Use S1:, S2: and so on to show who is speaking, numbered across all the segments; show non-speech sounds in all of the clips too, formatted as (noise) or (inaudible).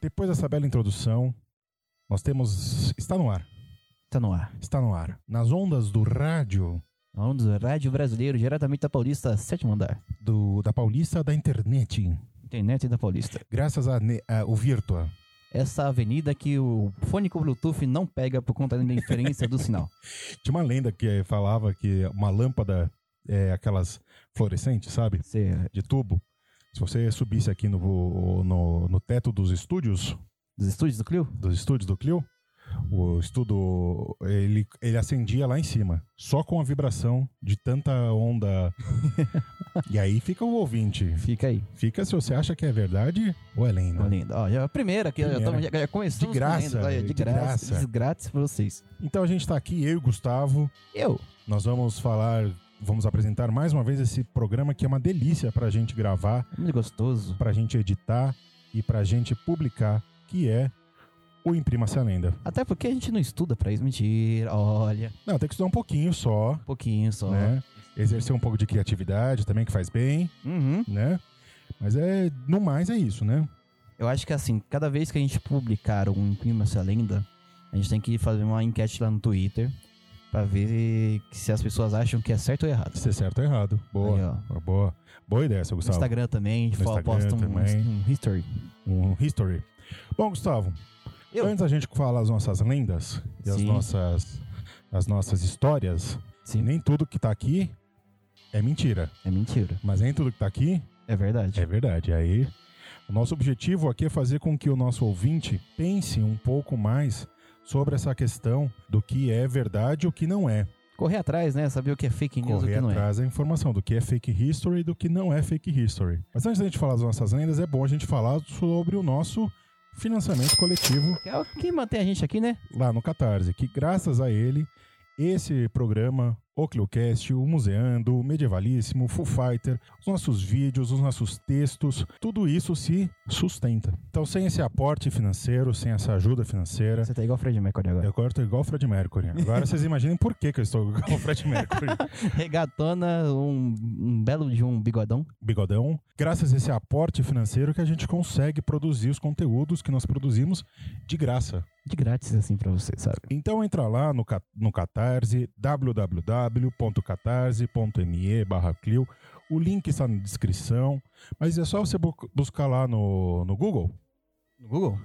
S1: Depois dessa bela introdução, nós temos. Está no ar.
S2: Tá no ar.
S1: Está no ar. Nas ondas do rádio,
S2: Um do rádio brasileiro, diretamente da Paulista, sétimo andar.
S1: do, da Paulista, da internet.
S2: Internet da Paulista.
S1: Graças ao Virtua.
S2: Essa avenida que o fônico Bluetooth não pega por conta da interferência do
S1: (laughs)
S2: sinal.
S1: Tinha uma lenda que falava que uma lâmpada, é, aquelas fluorescentes, sabe?
S2: Você é
S1: De tubo. Se você subisse aqui no, no, no teto dos estúdios,
S2: dos estúdios do Clio?
S1: dos estúdios do Clio, o estudo ele, ele acendia lá em cima, só com a vibração de tanta onda. e aí fica o ouvinte.
S2: Fica aí.
S1: Fica se você acha que é verdade ou é lenda.
S2: Tá lindo. Ó, já, a primeira que
S1: Primeira.
S2: Já, tamo- já, já começamos
S1: De graça,
S2: com lenda. Olha,
S1: de
S2: de graça.
S1: graça.
S2: De grátis pra vocês.
S1: Então a gente tá aqui, eu e o Gustavo,
S2: Eu.
S1: nós vamos falar, vamos apresentar mais uma vez esse programa que é uma delícia pra gente gravar,
S2: Muito gostoso.
S1: pra gente editar e pra gente publicar, que é o Imprima-se a Lenda.
S2: Até porque a gente não estuda pra isso. Mentira. Olha.
S1: Não, tem que estudar um pouquinho só,
S2: Um pouquinho só.
S1: né? Exercer um pouco de criatividade também, que faz bem.
S2: Uhum.
S1: né? Mas é, no mais é isso, né?
S2: Eu acho que assim, cada vez que a gente publicar um clima essa lenda, a gente tem que fazer uma enquete lá no Twitter pra ver se as pessoas acham que é certo ou errado.
S1: Se é certo ou errado. Boa.
S2: Aí, ó.
S1: Boa. Boa ideia, seu
S2: No
S1: Gustavo.
S2: Instagram também, a gente
S1: No
S2: fala,
S1: Instagram
S2: posta um,
S1: também.
S2: um history.
S1: Um history. Bom, Gustavo,
S2: Eu.
S1: antes da gente falar as nossas lendas e as
S2: Sim.
S1: nossas, as nossas histórias,
S2: Sim.
S1: nem tudo que tá aqui é mentira.
S2: É mentira.
S1: Mas nem tudo que tá aqui
S2: É verdade.
S1: é verdade. Aí, o nosso objetivo aqui é fazer com que o nosso ouvinte pense um pouco mais sobre essa questão do que é verdade e o que não é.
S2: Correr atrás, né? Saber o que é fake news e o
S1: correr
S2: que não é.
S1: atrás da informação do que é fake history e do que não é fake history. Mas antes da gente falar das nossas lendas, é bom a gente falar sobre o nosso financiamento coletivo
S2: Que É o que mantém a gente aqui, né?
S1: lá no Catarse, que graças a ele, esse programa, o Cliocast, o Museando, o Medievalíssimo, o Full Fighter, os nossos vídeos, os nossos textos, tudo isso se sustenta. Então, sem esse aporte financeiro, sem essa ajuda financeira,
S2: Você tá igual o Fred Mercury agora.
S1: É. eu corto igual o Fred Mercury. Agora vocês imaginem por que, que eu estou igual o Fred Mercury.
S2: (laughs) Regatona, um, um belo de um bigodão.
S1: Bigodão. Graças a esse aporte financeiro que a gente consegue produzir os conteúdos que nós produzimos de graça.
S2: De grátis, assim, pra você, sabe?
S1: Então entra lá no, Ca- no Catarse, www.catarse.me barra Clio. O link está na descrição, mas é só você bu- buscar lá no, no Google.
S2: No Google?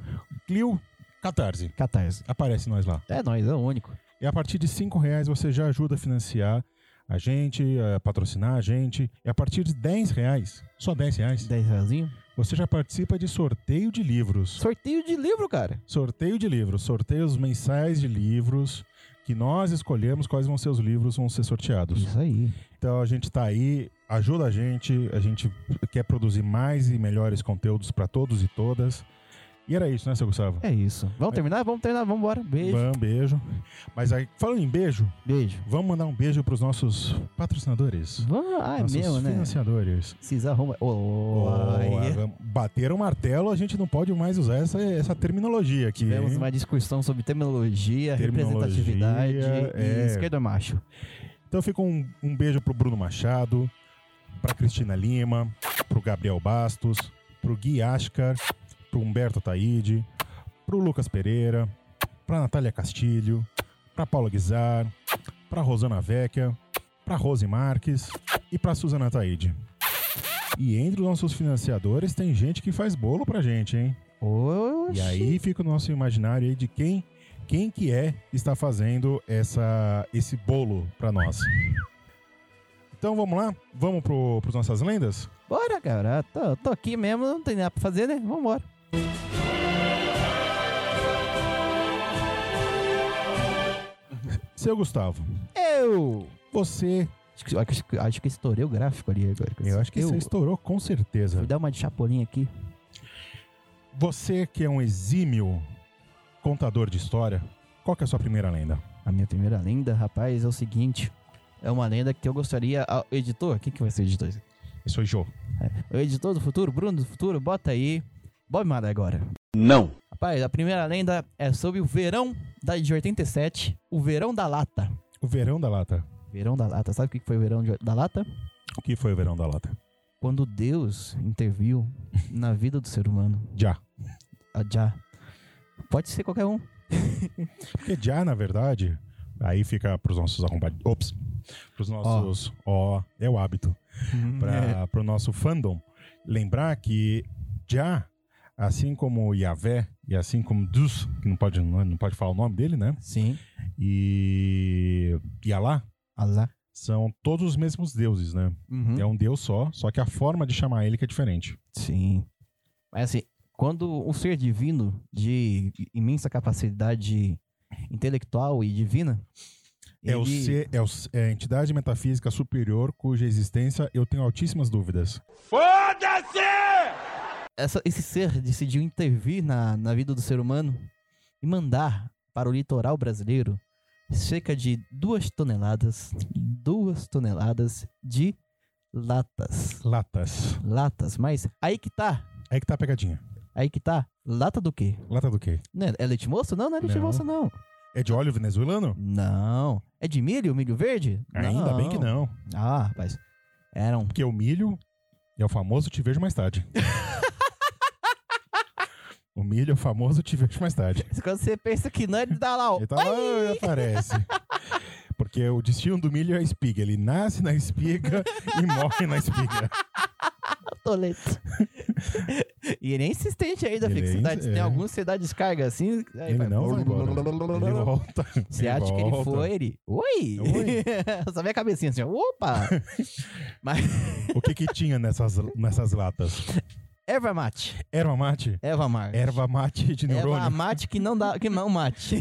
S1: Clio Catarse.
S2: Catarse.
S1: Aparece nós lá.
S2: É nóis, é o único.
S1: E a partir de cinco reais você já ajuda a financiar a gente, a patrocinar a gente. E a partir de 10 reais, só 10 reais,
S2: 10 realzinho.
S1: você já participa de sorteio de livros.
S2: Sorteio de livro, cara.
S1: Sorteio de livros, sorteios mensais de livros que nós escolhemos quais vão ser os livros que vão ser sorteados.
S2: Isso aí.
S1: Então a gente tá aí, ajuda a gente, a gente quer produzir mais e melhores conteúdos para todos e todas. E era isso, né, seu Gustavo?
S2: É isso. Vamos terminar? Vamos terminar, vamos embora. Beijo.
S1: Bom, beijo. Mas aí, falando em beijo,
S2: Beijo.
S1: vamos mandar um beijo pros nossos patrocinadores.
S2: Vamos. Ah, é
S1: nossos
S2: mesmo, né?
S1: financiadores.
S2: Cis arruma. Oh, aí.
S1: Boa, Bateram o martelo, a gente não pode mais usar essa, essa terminologia aqui.
S2: Tivemos
S1: hein?
S2: uma discussão sobre terminologia,
S1: Terminologia,
S2: representatividade
S1: é.
S2: e esquerdo macho.
S1: Então fica um, um beijo pro Bruno Machado, pra Cristina Lima, pro Gabriel Bastos, pro Gui Ashkar, pro Humberto Taide, pro Lucas Pereira, pra Natália Castilho, pra Paula Guizar, pra Rosana Vecchia, pra Rose Marques e pra Suzana Taide. E entre os nossos financiadores tem gente que faz bolo pra gente, hein?
S2: Oxi.
S1: E aí fica o nosso imaginário aí de quem quem que é que está fazendo essa esse bolo para nós. Então vamos lá? Vamos pro, pros nossas lendas?
S2: Bora, cara. Tô, tô aqui mesmo, não tem nada pra fazer, né? Vambora.
S1: Seu Gustavo,
S2: Eu!
S1: você.
S2: Acho que, acho, que- acho que estourei o gráfico ali agora.
S1: Eu acho que você estourou com certeza.
S2: Vou dar uma de chapolinha aqui.
S1: Você que é um exímio contador de história, qual que é a sua primeira lenda?
S2: A minha primeira lenda, rapaz, é o seguinte. É uma lenda que eu gostaria. Ah, editor, quem que vai ser o editor?
S1: Eu sou Jô.
S2: O editor do futuro, Bruno do futuro, bota aí. Bob Mara agora.
S3: Não.
S2: Rapaz, a primeira lenda é sobre o verão da, de 87, o verão da lata.
S1: O verão da lata.
S2: Verão da lata, sabe o que foi o verão de- da lata?
S1: O que foi o verão da lata?
S2: Quando Deus interviu na vida do ser humano.
S1: Já.
S2: a já. Pode ser qualquer um.
S1: Porque já, na verdade, aí fica pros nossos arrombados. Ops. Pros nossos. Ó, é o hábito. Para pro nosso fandom. Lembrar que já, assim como Yahvé e assim como Dus, que não pode, não pode falar o nome dele, né?
S2: Sim.
S1: E Yalá
S2: Allah.
S1: são todos os mesmos deuses, né?
S2: Uhum.
S1: É um deus só, só que a forma de chamar ele que é diferente.
S2: Sim. Mas assim, quando um ser divino de imensa capacidade intelectual e divina.
S1: É, o
S2: ele-
S1: ser, é, o, é a entidade metafísica superior cuja existência eu tenho altíssimas dúvidas.
S2: essa- esse ser decidiu intervir na, na vida do ser humano e mandar para o litoral brasileiro cerca de duas toneladas, duas toneladas de latas.
S1: Latas.
S2: Latas, mas aí que tá,
S1: Aí que tá a pegadinha.
S2: aí que tá. Lata do quê?
S1: Lata do quê?
S2: Né, É leite moça? Não, não é leite
S1: Não.
S2: moça, não.
S1: É de óleo venezuelano?
S2: Não. É de milho, milho verde?
S1: Ainda bem que não.
S2: Ah, rapaz. Eram.
S1: Porque o milho é o famoso te vejo mais
S2: (laughs)
S1: tarde. o milho é o famoso te vejo mais tarde.
S2: Quando você pensa que não, ele dá lá, ó.
S1: Ele tá lá e aparece. Porque o destino do milho é a espiga. Ele nasce na espiga e morre na espiga.
S2: Toledo. (laughs) e ele é insistente ainda,
S1: Ele
S2: fica.
S1: é
S2: cidades-
S1: ins-
S2: Tem
S1: é.
S2: alguns que você dá descarga assim. aí
S1: Ele
S2: vai-
S1: não vai embora. Ele volta.
S2: Você
S1: Ele
S2: acha que ele
S1: volta.
S2: foi, ele. Oi!
S1: Oi.
S2: (laughs) Só vê a cabecinha assim, ó.
S1: (laughs)
S2: Opa! Mas.
S1: O que que tinha nessas, nessas latas?
S2: Erva mate.
S1: Erva mate?
S2: Erva mate.
S1: Erva mate de
S2: Erva
S1: neurônio.
S2: mate que não dá. Que
S1: (laughs)
S2: não mate.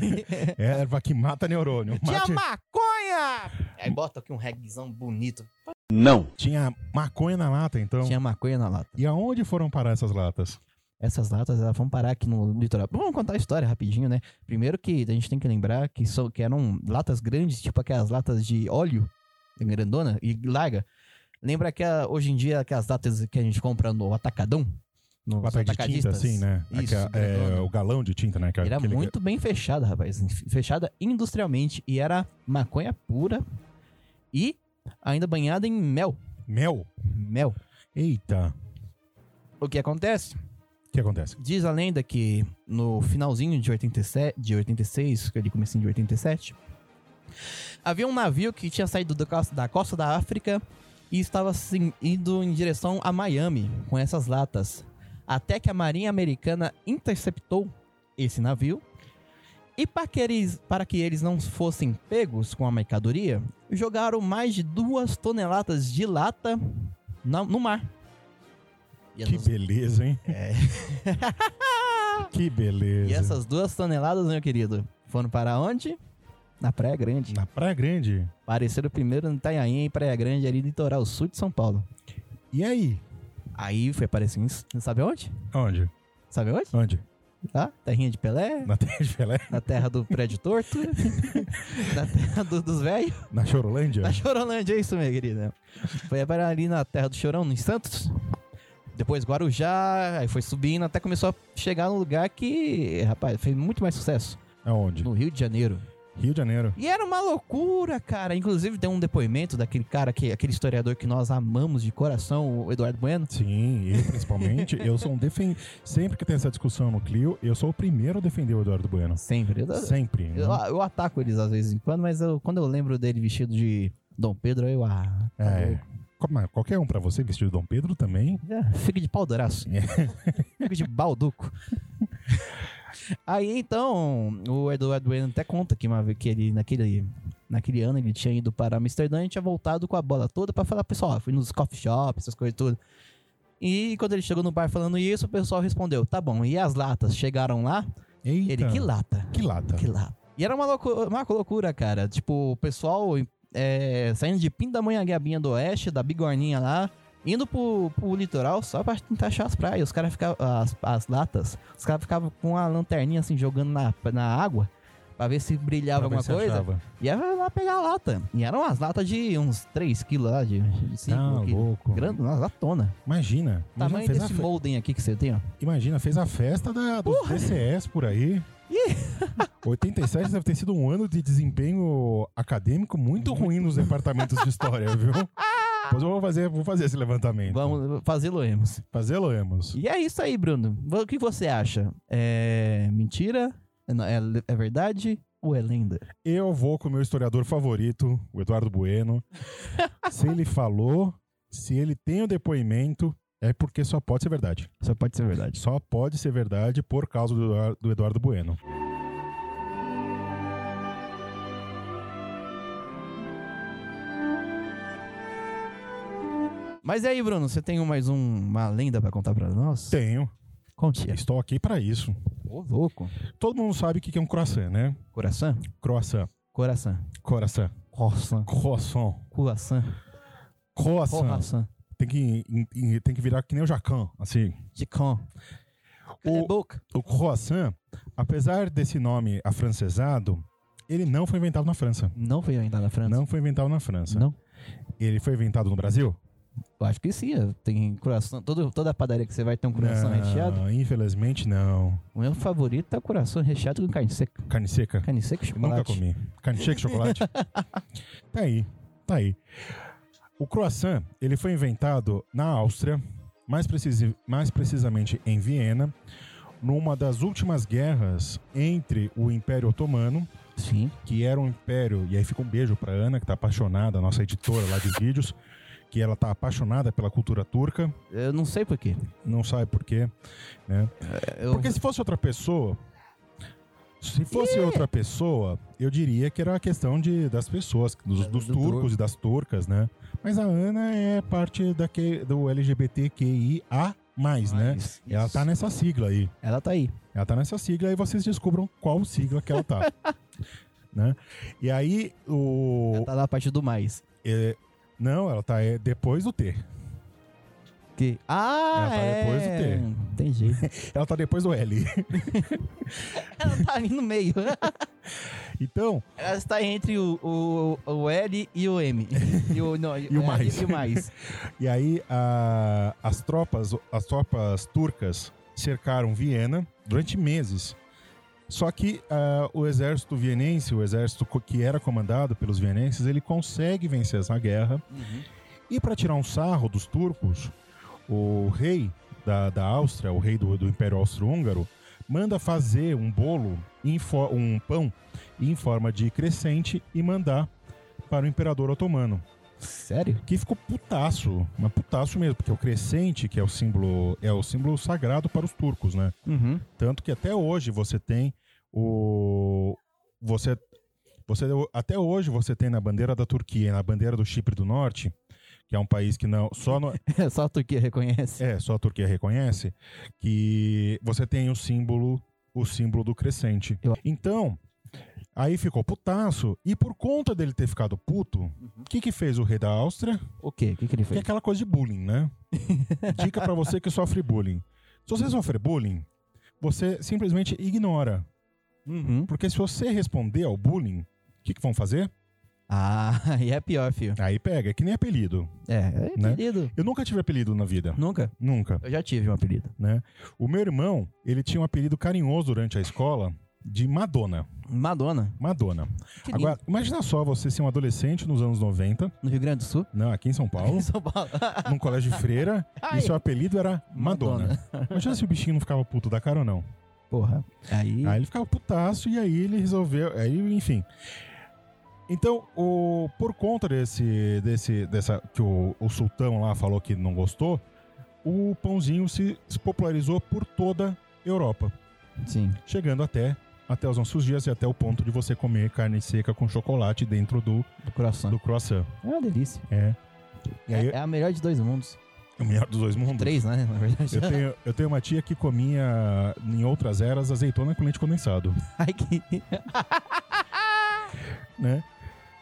S1: Erva que mata neurônio.
S2: Tinha
S1: Mate-
S2: maconha! Aí bota aqui um reggaezão bonito.
S3: Não.
S1: Tinha maconha na lata, então.
S2: Tinha maconha na lata.
S1: E aonde foram parar essas latas?
S2: essas latas elas vão parar aqui no litoral. Vamos contar a história rapidinho, né? Primeiro que a gente tem que lembrar que, são, que eram latas grandes, tipo aquelas latas de óleo, grandona e larga. Lembra que a- hoje em dia aquelas latas que a gente compra no atacadão? Nos
S1: Lata de tinta,
S2: atacadistas?
S1: assim, né?
S2: Isso,
S1: Aquela-
S2: grandona.
S1: é, o galão de tinta, né? Aquela-
S2: Era
S1: aquele-
S2: muito bem fechada, rapaz. Fechada industrialmente e era maconha pura e ainda banhada em mel.
S1: Mel?
S2: Mel.
S1: Eita.
S2: O que acontece?
S1: O que acontece?
S2: Diz a lenda que no finalzinho de 87, de 86, ali comecinho é de 87, havia um navio que tinha saído da costa da, costa da África e estava assim, indo em direção a Miami com essas latas. Até que a Marinha Americana interceptou esse navio. E para que, eles, para que eles não fossem pegos com a mercadoria, jogaram mais de duas toneladas de lata na- no mar. E
S1: Que
S2: essas- (laughs)
S1: beleza, hein?
S2: É.
S1: Que beleza.
S2: E essas duas toneladas, meu querido, foram para onde? Na Praia Grande.
S1: Na Praia Grande.
S2: Apareceram primeiro no Itanhaém, Praia Grande, ali litoral sul de São Paulo.
S1: E aí?
S2: Aí foi aparecer em... Sabe onde?
S1: Onde?
S2: Sabe onde?
S1: Onde?
S2: Tá? Terrinha de Pelé,
S1: Na (laughs) Terra de Pelé?
S2: na terra do prédio torto, (laughs) na terra do- dos velhos,
S1: Na Chorolândia?
S2: na Chorolândia, é isso, minha querida. Foi para ali na terra do Chorão, em Santos. Depois Guarujá, aí foi subindo, até começou a chegar num lugar que, rapaz, fez muito mais sucesso.
S1: Aonde?
S2: No Rio de Janeiro.
S1: Rio de Janeiro.
S2: E era uma loucura, cara. Inclusive, tem um depoimento daquele cara, que, aquele historiador que nós amamos de coração, o Eduardo Bueno.
S1: Sim, eu
S2: (laughs)
S1: principalmente, eu sou um defensor. Sempre que tem essa discussão no Clio, eu sou o primeiro a defender o Eduardo Bueno.
S2: Sempre. Eu,
S1: Sempre. né?
S2: eu- eu ataco eles às vezes em quando, mas eu- quando eu lembro dele vestido de Dom Pedro, eu. Ah, tá
S1: É.
S2: louco.
S1: Qual- mas Qualquer um pra você vestido de Dom Pedro também.
S2: É, Fica de pau douraço. Fica de balduco. Aí então, o Eduardo Bueno até conta que, uma vez que ele, naquele, naquele ano ele tinha ido para Amsterdã e tinha voltado com a bola toda pra falar, pessoal, ó, fui nos coffee shops, essas coisas tudo. E quando ele chegou no bar falando isso, o pessoal respondeu: tá bom, e as latas chegaram lá?
S1: Eita.
S2: Ele, que lata?
S1: Que lata.
S2: Que lata. E era uma, loucu- uma loucura, cara. Tipo, o pessoal é, saindo de Pindamonhangabinha do Oeste, da Bigorninha lá, indo pro, pro litoral só pra tentar achar as praias. Os caras ficavam, as, as latas, os caras ficavam com a lanterninha assim, jogando na, na água, pra ver se brilhava
S1: Pra ver
S2: alguma
S1: se
S2: coisa.
S1: achava.
S2: E ia lá pegar a lata. E eram umas latas de uns 3 quilos lá, de 5
S1: Tá
S2: quilos.
S1: louco.
S2: Grande, uma latona.
S1: Imagina. Imagina
S2: Tamanho
S1: fez, a
S2: desse
S1: fe-
S2: molden aqui que você tem, ó.
S1: Imagina, fez a festa da, do DCS por aí. (laughs) 87 deve ter sido
S2: (laughs)
S1: um ano de desempenho acadêmico muito ruim nos departamentos de história, viu? Depois eu vou fazer, vou fazer esse levantamento.
S2: Vamos fazer Loemos.
S1: Fazê-lo, Emos.
S2: E é isso aí, Bruno. O que você acha? É mentira? É, não- é- é verdade? Ou é lenda?
S1: Eu vou com o meu historiador favorito, o Eduardo
S2: (laughs)
S1: Bueno. se ele falou, se ele tem o depoimento, é porque só pode ser verdade.
S2: Só pode ser verdade.
S1: Só pode ser verdade por causa do, Eduar- do Eduardo Bueno.
S2: Mas e aí, Bruno, você tem mais um- uma lenda pra contar pra nós?
S1: Tenho.
S2: Conte.
S1: Estou aqui para isso.
S2: Ô, louco.
S1: Todo mundo sabe o que que é um croissant, né?
S2: Coração?
S1: Croissant.
S2: Coração.
S1: Coração.
S2: Coração.
S1: Croissant.
S2: Coração.
S1: Croissant.
S2: Coração.
S1: Tem que, em- em- tem que virar que nem o Jacan, assim.
S2: Chicão. Cala a
S1: O-
S2: boca.
S1: O croissant, apesar desse nome afrancesado, ele não foi inventado na França.
S2: Não foi ainda na França?
S1: Não foi inventado na França.
S2: Não?
S1: Ele foi inventado no Brasil?
S2: Eu acho que sim. é. Tem coração. Todo, toda padaria que você vai tem um coração
S1: Não,
S2: recheado.
S1: Infelizmente não.
S2: O meu favorito é o coração recheado com carne seca.
S1: Carne seca?
S2: Carne seca e
S1: Eu Nunca
S2: chocolate.
S1: comi. Carne seca e (laughs) chocolate? tá aí, tá aí. O croissant, ele foi inventado na Áustria, mais, precisi- mais precisamente em Viena, numa das últimas guerras entre o Império Otomano,
S2: Sim.
S1: que era um império, e aí fica um beijo pra Ana, que tá apaixonada, a nossa editora lá de vídeos, que ela tá apaixonada pela cultura turca,
S2: Eu não sei porquê.
S1: não sabe por quê, né?
S2: Eu...
S1: Porque se fosse outra pessoa. Se fosse outra pessoa, eu diria que era a questão de, das pessoas, dos, dos
S2: É, do
S1: turcos e das turcas, né? Mas a Ana é parte daque, do LGBTQIA, né?
S2: Mas-
S1: Ela tá nessa sigla aí.
S2: Ela tá aí.
S1: Ela tá nessa sigla e vocês descubram qual sigla que ela
S2: (laughs)
S1: tá. né? E aí, o.
S2: Ela tá na parte do mais.
S1: é, não, ela tá é, depois do T.
S2: Que... Ah,
S1: Ela tá
S2: é.
S1: depois do
S2: Tem jeito.
S1: Ela tá depois do L.
S2: (laughs) ela tá ali no meio.
S1: Então,
S2: (laughs) ela está entre o, o, o L e o M. E o, não,
S1: E o
S2: L
S1: mais.
S2: E o mais.
S1: E aí a- as tropas, as tropas turcas cercaram Viena durante meses. Só que ah, o exército vienense, o exército co- que era comandado pelos vienenses, ele consegue vencer essa guerra. E para tirar um sarro dos turcos, o rei da, da Áustria, o rei do, do Império Austro-Húngaro, manda fazer um bolo, em fo- um pão em forma de crescente e mandar para o imperador otomano
S2: Sério?
S1: que ficou putaço, mas putaço mesmo, porque o crescente, que é o símbolo, é o símbolo sagrado para os turcos, né?
S2: Uhum.
S1: Tanto que até hoje você tem o você você até hoje você tem na bandeira da Turquia, e na bandeira do Chipre do Norte, que é um país que não só no-
S2: Só a Turquia reconhece.
S1: é, só a Turquia reconhece que você tem o símbolo, o símbolo do crescente.
S2: Eu-
S1: Então, aí ficou putaço e por conta dele ter ficado puto, o que que fez o rei da Áustria?
S2: O quê? O que, que ele
S1: Que é
S2: fez?
S1: aquela coisa de bullying, né? (laughs) Dica pra você que sofre bullying. Se você sofre bullying, você simplesmente ignora.
S2: Uhum.
S1: Porque se você responder ao bullying, o que, que vão fazer?
S2: Ah, (laughs) e é pior, filho.
S1: Aí pega, é que nem apelido.
S2: É, é
S1: Né?
S2: apelido.
S1: Eu nunca tive apelido na vida.
S2: Nunca.
S1: Nunca,
S2: Eu já tive um apelido.
S1: né? O meu irmão, ele tinha um apelido carinhoso durante a escola de Madonna.
S2: Madonna.
S1: Madonna.
S2: Que lindo.
S1: Agora, imagina só você ser um adolescente nos anos 90,
S2: No Rio Grande do Sul.
S1: não, aqui (laughs) em São Paulo,
S2: (laughs) Em São Paulo.
S1: num colégio de freira,
S2: Ai.
S1: e seu apelido era Madonna. Imagina se o bichinho não ficava puto da cara ou não.
S2: Porra. Aí.
S1: Aí ele ficava putaço e aí ele resolveu. Aí, enfim. Então, o, por conta desse. desse dessa, que o, o sultão lá falou que não gostou, o pãozinho se, se popularizou por toda a Europa.
S2: Sim.
S1: Chegando até, até os nossos dias e até o ponto de você comer carne seca com chocolate dentro do,
S2: Do coração.
S1: do croissant.
S2: É uma delícia.
S1: É. E aí,
S2: É a melhor de dois mundos.
S1: o melhor dos dois mundos.
S2: Três, né? Na verdade.
S1: Eu tenho, eu tenho uma tia que comia, em outras eras, azeitona com leite condensado.
S2: Ai, que.
S1: né?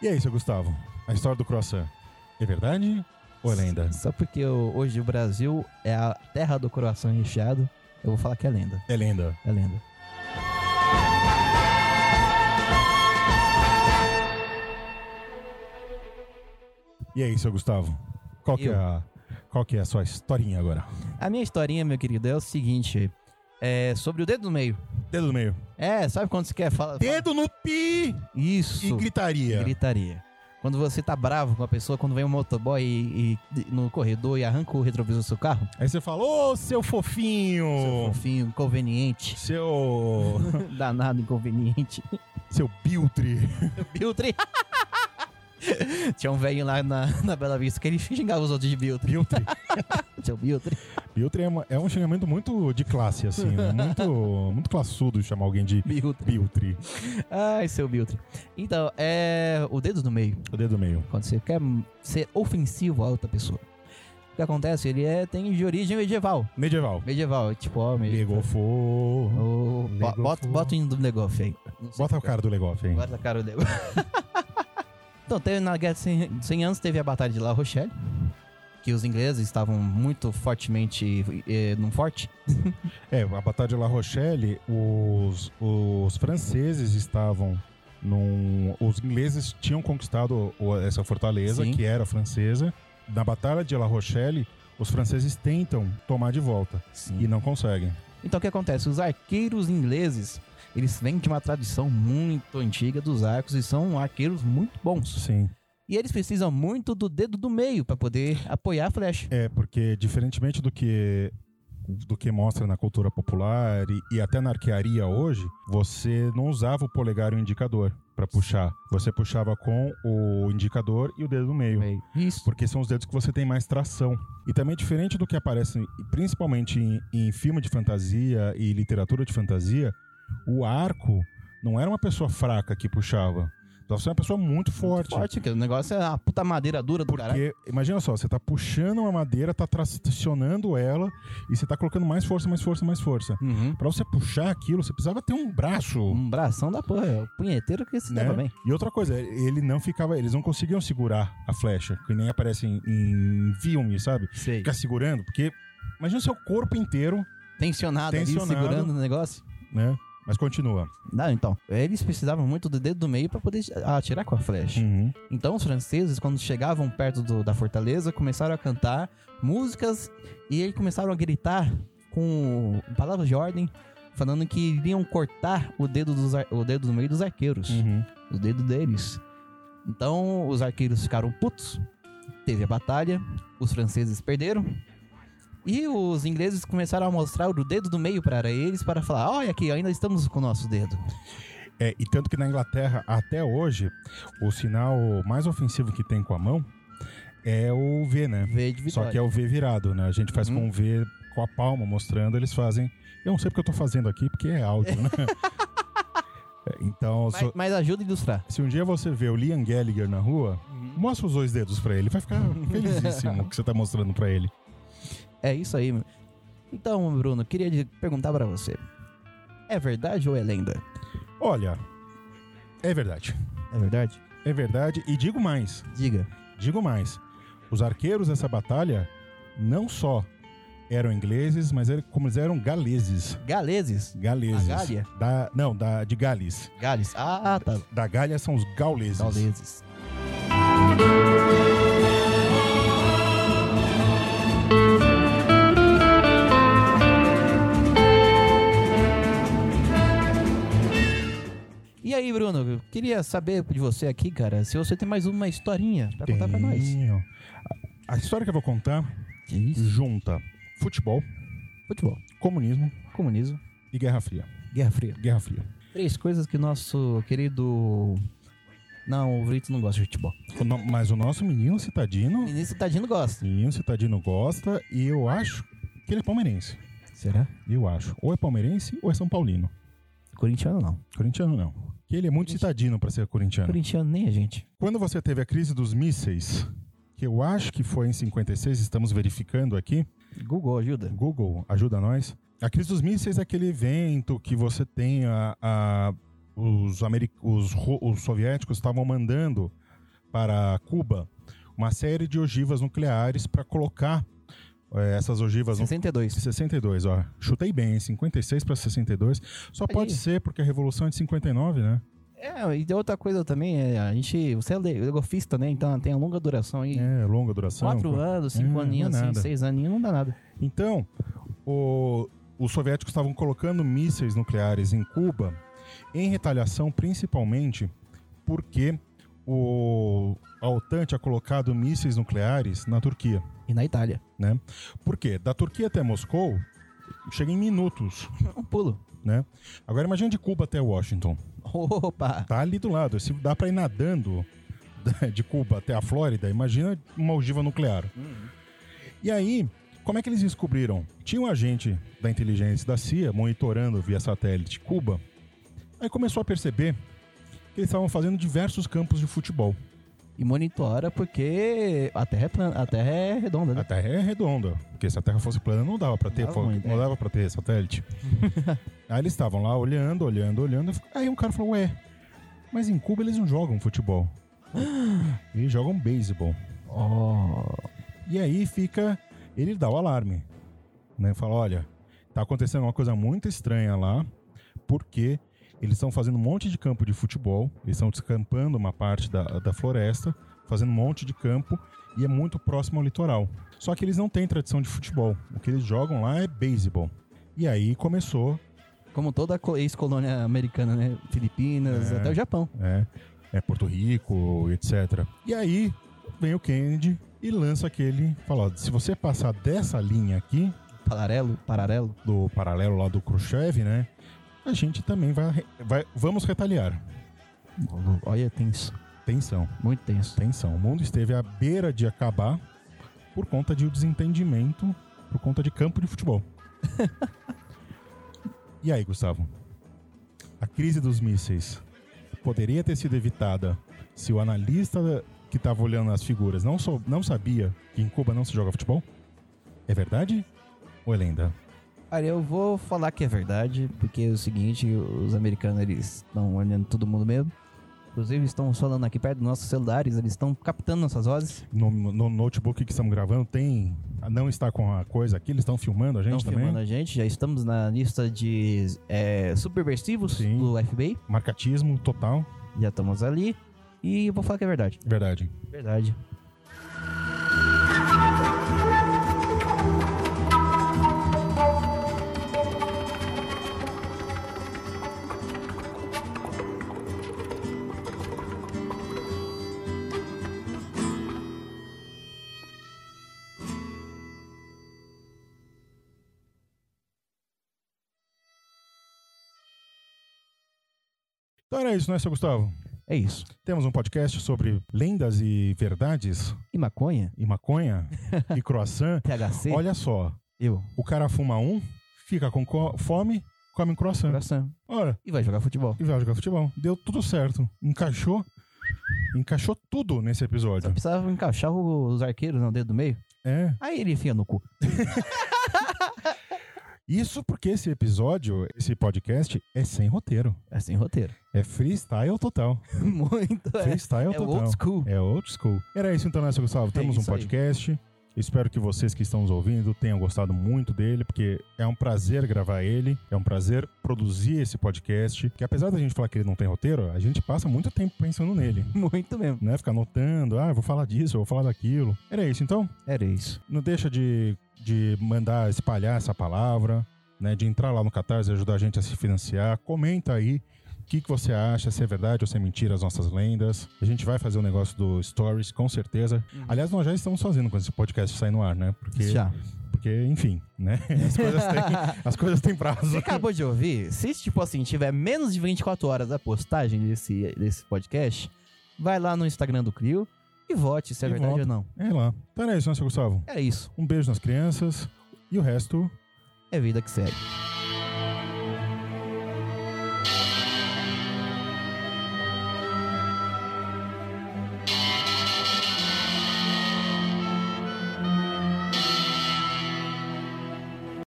S1: E aí, seu Gustavo, a história do croissant é verdade ou é lenda?
S2: Só porque eu- hoje o Brasil é a terra do coração recheado, eu vou falar que é lenda.
S1: É lenda.
S2: É lenda.
S1: E aí, seu Gustavo, qual que, é
S2: Eu.
S1: a, qual que é a sua historinha agora?
S2: A minha historinha, meu querido, é o seguinte. É sobre o dedo no meio.
S1: Dedo no meio.
S2: É, sabe quando você quer falar?
S1: Dedo no pi!
S2: Isso.
S1: E gritaria.
S2: gritaria. Quando você tá bravo com a pessoa, quando vem um motoboy e- e- no corredor e arranca o retrovisor do seu carro,
S1: Aí você fala, ô, seu fofinho!
S2: seu fofinho, inconveniente, (laughs)
S1: Seu.
S2: danado, inconveniente.
S1: Seu (laughs) Biltre.
S2: Biltre. (laughs) Tinha um velho lá na, na Bela Vista que ele xingava os outros de Biltre.
S1: Biltre.
S2: Seu Biltre.
S1: Biltre é, uma- é um xingamento muito de classe, assim. né? Muito, muito classudo chamar alguém de
S2: Biltre.
S1: Biltre.
S2: Ai, seu Biltre. Então, é o dedo do meio.
S1: O dedo meio.
S2: Quando você quer ser ofensivo a outra pessoa. O que acontece? Ele é, tem de origem medieval.
S1: Medieval.
S2: Medieval, é tipo homem.
S1: Legofo.
S2: Ô, bo-
S1: Legoff.
S2: bota, bota o hino do Legoff aí. Não sei
S1: Bota o
S2: qual
S1: cara do Legoff,
S2: é.
S1: hein?
S2: Bota a cara do Legoff. (laughs) então, teve, na Guerra de 100, 100 Anos teve a Batalha de La Rochelle. Que os ingleses estavam muito fortemente eh, num forte.
S1: É, a Batalha de La Rochelle, os, os franceses estavam num... Os ingleses tinham conquistado o- essa fortaleza,
S2: Sim.
S1: que era francesa. Na Batalha de La Rochelle, os franceses tentam tomar de volta e não conseguem.
S2: Então o que acontece? Os arqueiros ingleses, eles vêm de uma tradição muito antiga dos arcos e são arqueiros muito bons.
S1: Sim.
S2: E eles precisam muito do dedo do meio para poder apoiar a flecha.
S1: É, porque diferentemente do que do que mostra na cultura popular e, e até na arquearia hoje, você não usava o polegar e o indicador pra puxar. Você puxava com o indicador e o dedo no meio.
S2: Meio. Isso.
S1: Porque são os dedos que você tem mais tração. E também diferente do que aparece principalmente em, em filme de fantasia e literatura de fantasia, o arco não era uma pessoa fraca que puxava. Então, Você é uma pessoa muito
S2: Muito
S1: forte.
S2: Forte, que o negócio é a puta madeira dura do caralho.
S1: Porque, imagina só, você tá puxando uma madeira, tá tracionando ela e você tá colocando mais força, mais força, mais força.
S2: Uhum.
S1: Pra você puxar aquilo, você precisava ter um braço.
S2: Um bração da porra, é o punheteiro que se
S1: Né?
S2: leva bem.
S1: E outra coisa, ele não ficava, eles não conseguiam segurar a flecha, que nem aparece em, em filme, sabe?
S2: Sei.
S1: Ficar segurando, porque imagina o seu corpo inteiro,
S2: Tensionado,
S1: Tensionado.
S2: ali, segurando o negócio.
S1: né? Mas continua.
S2: Não, então. Eles precisavam muito do dedo do meio para poder atirar com a flecha. Então os franceses, quando chegavam perto do- da fortaleza, começaram a cantar músicas e eles começaram a gritar com palavras de ordem, falando que iriam cortar o dedo, dos ar- o dedo no meio dos arqueiros,
S1: Uhum.
S2: o dedo deles. Então os arqueiros ficaram putos, teve a batalha, os franceses perderam. E os ingleses começaram a mostrar o dedo do meio para eles para falar: olha aqui, ainda estamos com o nosso dedo.
S1: É, e tanto que na Inglaterra, até hoje, o sinal mais ofensivo que tem com a mão é o V, né?
S2: Vê de
S1: Só
S2: vitória.
S1: que é o V virado, né? A gente faz
S2: Uhum.
S1: com o V com a palma mostrando, eles fazem. Eu não sei porque eu tô fazendo aqui, porque é áudio,
S2: (laughs)
S1: né? É, Então,
S2: mas,
S1: se,
S2: mas ajuda a ilustrar.
S1: se um dia você vê o Liam Gallagher na rua,
S2: Uhum.
S1: mostra os dois dedos pra ele. Vai
S2: (laughs)
S1: ficar felizíssimo que você tá mostrando pra ele.
S2: É isso aí. meu. Então, Bruno, queria de- perguntar pra você. É verdade ou é lenda?
S1: Olha, é verdade.
S2: É verdade?
S1: É verdade. E digo mais.
S2: Diga.
S1: Digo mais, os arqueiros dessa batalha não só eram ingleses, mas eram- como eles eram galeses.
S2: Galeses?
S1: Galeses.
S2: Da Gália?
S1: Da, não, da, de Gales.
S2: Gales. Ah, tá.
S1: Da Galha são os gauleses.
S2: Galeses. E aí, Bruno, eu queria saber de você aqui, cara, se você tem mais uma historinha pra contar pra nós.
S1: Tenho. A a história que eu vou contar
S2: Que isso?
S1: junta futebol,
S2: Futebol,
S1: comunismo
S2: comunismo,
S1: e Guerra Fria.
S2: Guerra Fria.
S1: Guerra Fria.
S2: Três coisas que nosso querido. Não, o Brito não gosta de futebol.
S1: O no- mas o nosso menino
S2: O
S1: citadino,
S2: ministro Tadino gosta.
S1: menino citadino gosta e eu acho que ele é palmeirense.
S2: Será?
S1: Eu acho. Ou é palmeirense ou é são paulino.
S2: Corintiano não.
S1: Corintiano não. Que ele é muito citadino pra ser corintiano.
S2: Corintiano nem a gente.
S1: Quando você teve a crise dos mísseis, que eu acho que foi em 56, estamos verificando aqui,
S2: Google
S1: Tá
S2: ajuda.
S1: Google, ajuda nós. A crise dos mísseis é aquele evento que você tem a, a- os, ameri- os ro- os soviéticos estavam mandando para Cuba uma série de ogivas nucleares para colocar eh, essas ogivas nu-
S2: 62.
S1: 62, ó. Chutei bem, 56 para 62. Só pode
S2: Aí.
S1: ser porque a revolução é de 59, né?
S2: É, e tem outra coisa também, é, a gente. Você é le- legofista, né? Então tem a longa duração aí.
S1: É, longa duração.
S2: Quatro anos, cinco
S1: É,
S2: aninhos,
S1: não é
S2: assim,
S1: nada.
S2: seis aninhos, não dá nada.
S1: Então, o- os soviéticos estavam colocando mísseis nucleares em Cuba em retaliação, principalmente porque o, a OTAN tinha colocado mísseis nucleares na Turquia.
S2: E na Itália.
S1: né? Por quê? Da Turquia até Moscou, chega em minutos,
S2: Um pulo.
S1: né? Agora imagina de Cuba até Washington.
S2: Opa!
S1: Tá ali do lado. Se dá pra ir nadando da- de Cuba até a Flórida, imagina uma ogiva nuclear. E aí, como é que eles descobriram? Tinha um agente da inteligência da CIA monitorando via satélite Cuba. Aí começou a perceber que eles estavam fazendo diversos campos de futebol.
S2: E monitora porque a Terra é, plana, a terra é redonda, né?
S1: A Terra é redonda, porque se a Terra fosse plana não dava pra ter,
S2: Dava
S1: fo-
S2: muito,
S1: não
S2: é.
S1: dava para ter satélite.
S2: (laughs)
S1: aí eles estavam lá olhando, olhando, olhando. e fica- Aí um cara falou: "Ué, mas em Cuba eles não jogam
S2: (gasps)
S1: futebol. eles jogam beisebol".
S2: Oh.
S1: E aí fica, ele dá o alarme, né? Fala: "Olha, tá acontecendo uma coisa muito estranha lá, porque eles estão fazendo um monte de campo de futebol, eles estão descampando uma parte da, da floresta, fazendo um monte de campo e é muito próximo ao litoral. Só que eles não têm tradição de futebol. O que eles jogam lá é beisebol. E aí começou,
S2: Como toda co- ex-colônia americana, né? Filipinas,
S1: É.
S2: até o Japão.
S1: né? É Porto Rico, etc. E aí vem o Kennedy e lança aquele. Fala: ó, se você passar dessa linha aqui,
S2: Paralelo, paralelo.
S1: do paralelo lá do Khrushchev, né? A gente também vai, re- vai. Vamos retaliar.
S2: Olha, tenso.
S1: Tensão,
S2: Muito tenso.
S1: tensão. O mundo esteve à beira de acabar por conta de um desentendimento, por conta de campo de futebol. e aí, Gustavo? A crise dos mísseis poderia ter sido evitada se o analista que estava olhando as figuras não, sou, não sabia que em Cuba não se joga futebol? É verdade ou é lenda?
S2: Olha, eu vou falar que é verdade, porque é o seguinte, os americanos, eles estão olhando todo mundo mesmo. Inclusive, estão falando aqui perto dos nossos celulares, eles estão captando nossas vozes.
S1: no, no notebook que estamos gravando tem. Não está com a coisa aqui, eles estão filmando a
S2: Estão
S1: gente também.
S2: filmando a gente, já estamos na lista de é, subversivos
S1: Sim.
S2: do FBI.
S1: Marcatismo total.
S2: Já estamos ali. E eu vou falar que é verdade.
S1: Verdade.
S2: Verdade.
S1: Então era isso, né, seu Gustavo?
S2: É isso.
S1: Temos um podcast sobre lendas e verdades,
S2: E maconha?
S1: e
S2: (laughs)
S1: maconha, e croissant.
S2: THC?
S1: Olha só,
S2: Eu.
S1: o cara fuma um, fica com co- fome, come um croissant.
S2: Coração.
S1: Ora,
S2: E vai jogar futebol.
S1: e vai jogar futebol. Deu tudo certo. Encaixou. Encaixou tudo nesse
S2: Só
S1: episódio.
S2: precisava encaixar os arqueiros no dedo do meio.
S1: É.
S2: Aí ele enfia no cu.
S1: Isso porque esse episódio, esse podcast, é sem roteiro.
S2: É sem (laughs) roteiro.
S1: É freestyle total.
S2: Muito. É,
S1: Freestyle
S2: é
S1: total.
S2: old school. É
S1: É old school. Era isso então, né, seu Gustavo? Temos um
S2: isso aí.
S1: podcast. Espero que vocês que estão nos ouvindo tenham gostado muito dele, porque é um prazer gravar ele, é um prazer produzir esse podcast. Que apesar da gente falar que ele não tem roteiro, a gente passa muito tempo pensando nele.
S2: Muito mesmo.
S1: Né? Ficar anotando, ah, eu vou falar disso, eu vou falar daquilo. Era isso então.
S2: Era isso.
S1: Não deixa de, de mandar espalhar essa palavra, né? De entrar lá no Catarse e ajudar a gente a se financiar. Comenta aí o que, que você acha, se é verdade ou se é mentira as nossas lendas. A gente vai fazer o negócio do Stories, com certeza. Aliás, nós já estamos fazendo quando esse podcast sair no ar, né? Porque,
S2: Já.
S1: porque enfim, né? (laughs) As coisas têm, as coisas têm prazo.
S2: (laughs) Você acabou de ouvir? Se, tipo assim, tiver menos de 24 horas da postagem desse, desse podcast, vai lá no Instagram do Crio e vote se é
S1: E
S2: verdade
S1: vota.
S2: ou não.
S1: É lá. Então era isso, né, seu Gustavo?
S2: É isso.
S1: Um beijo nas crianças e o resto
S2: É vida que segue.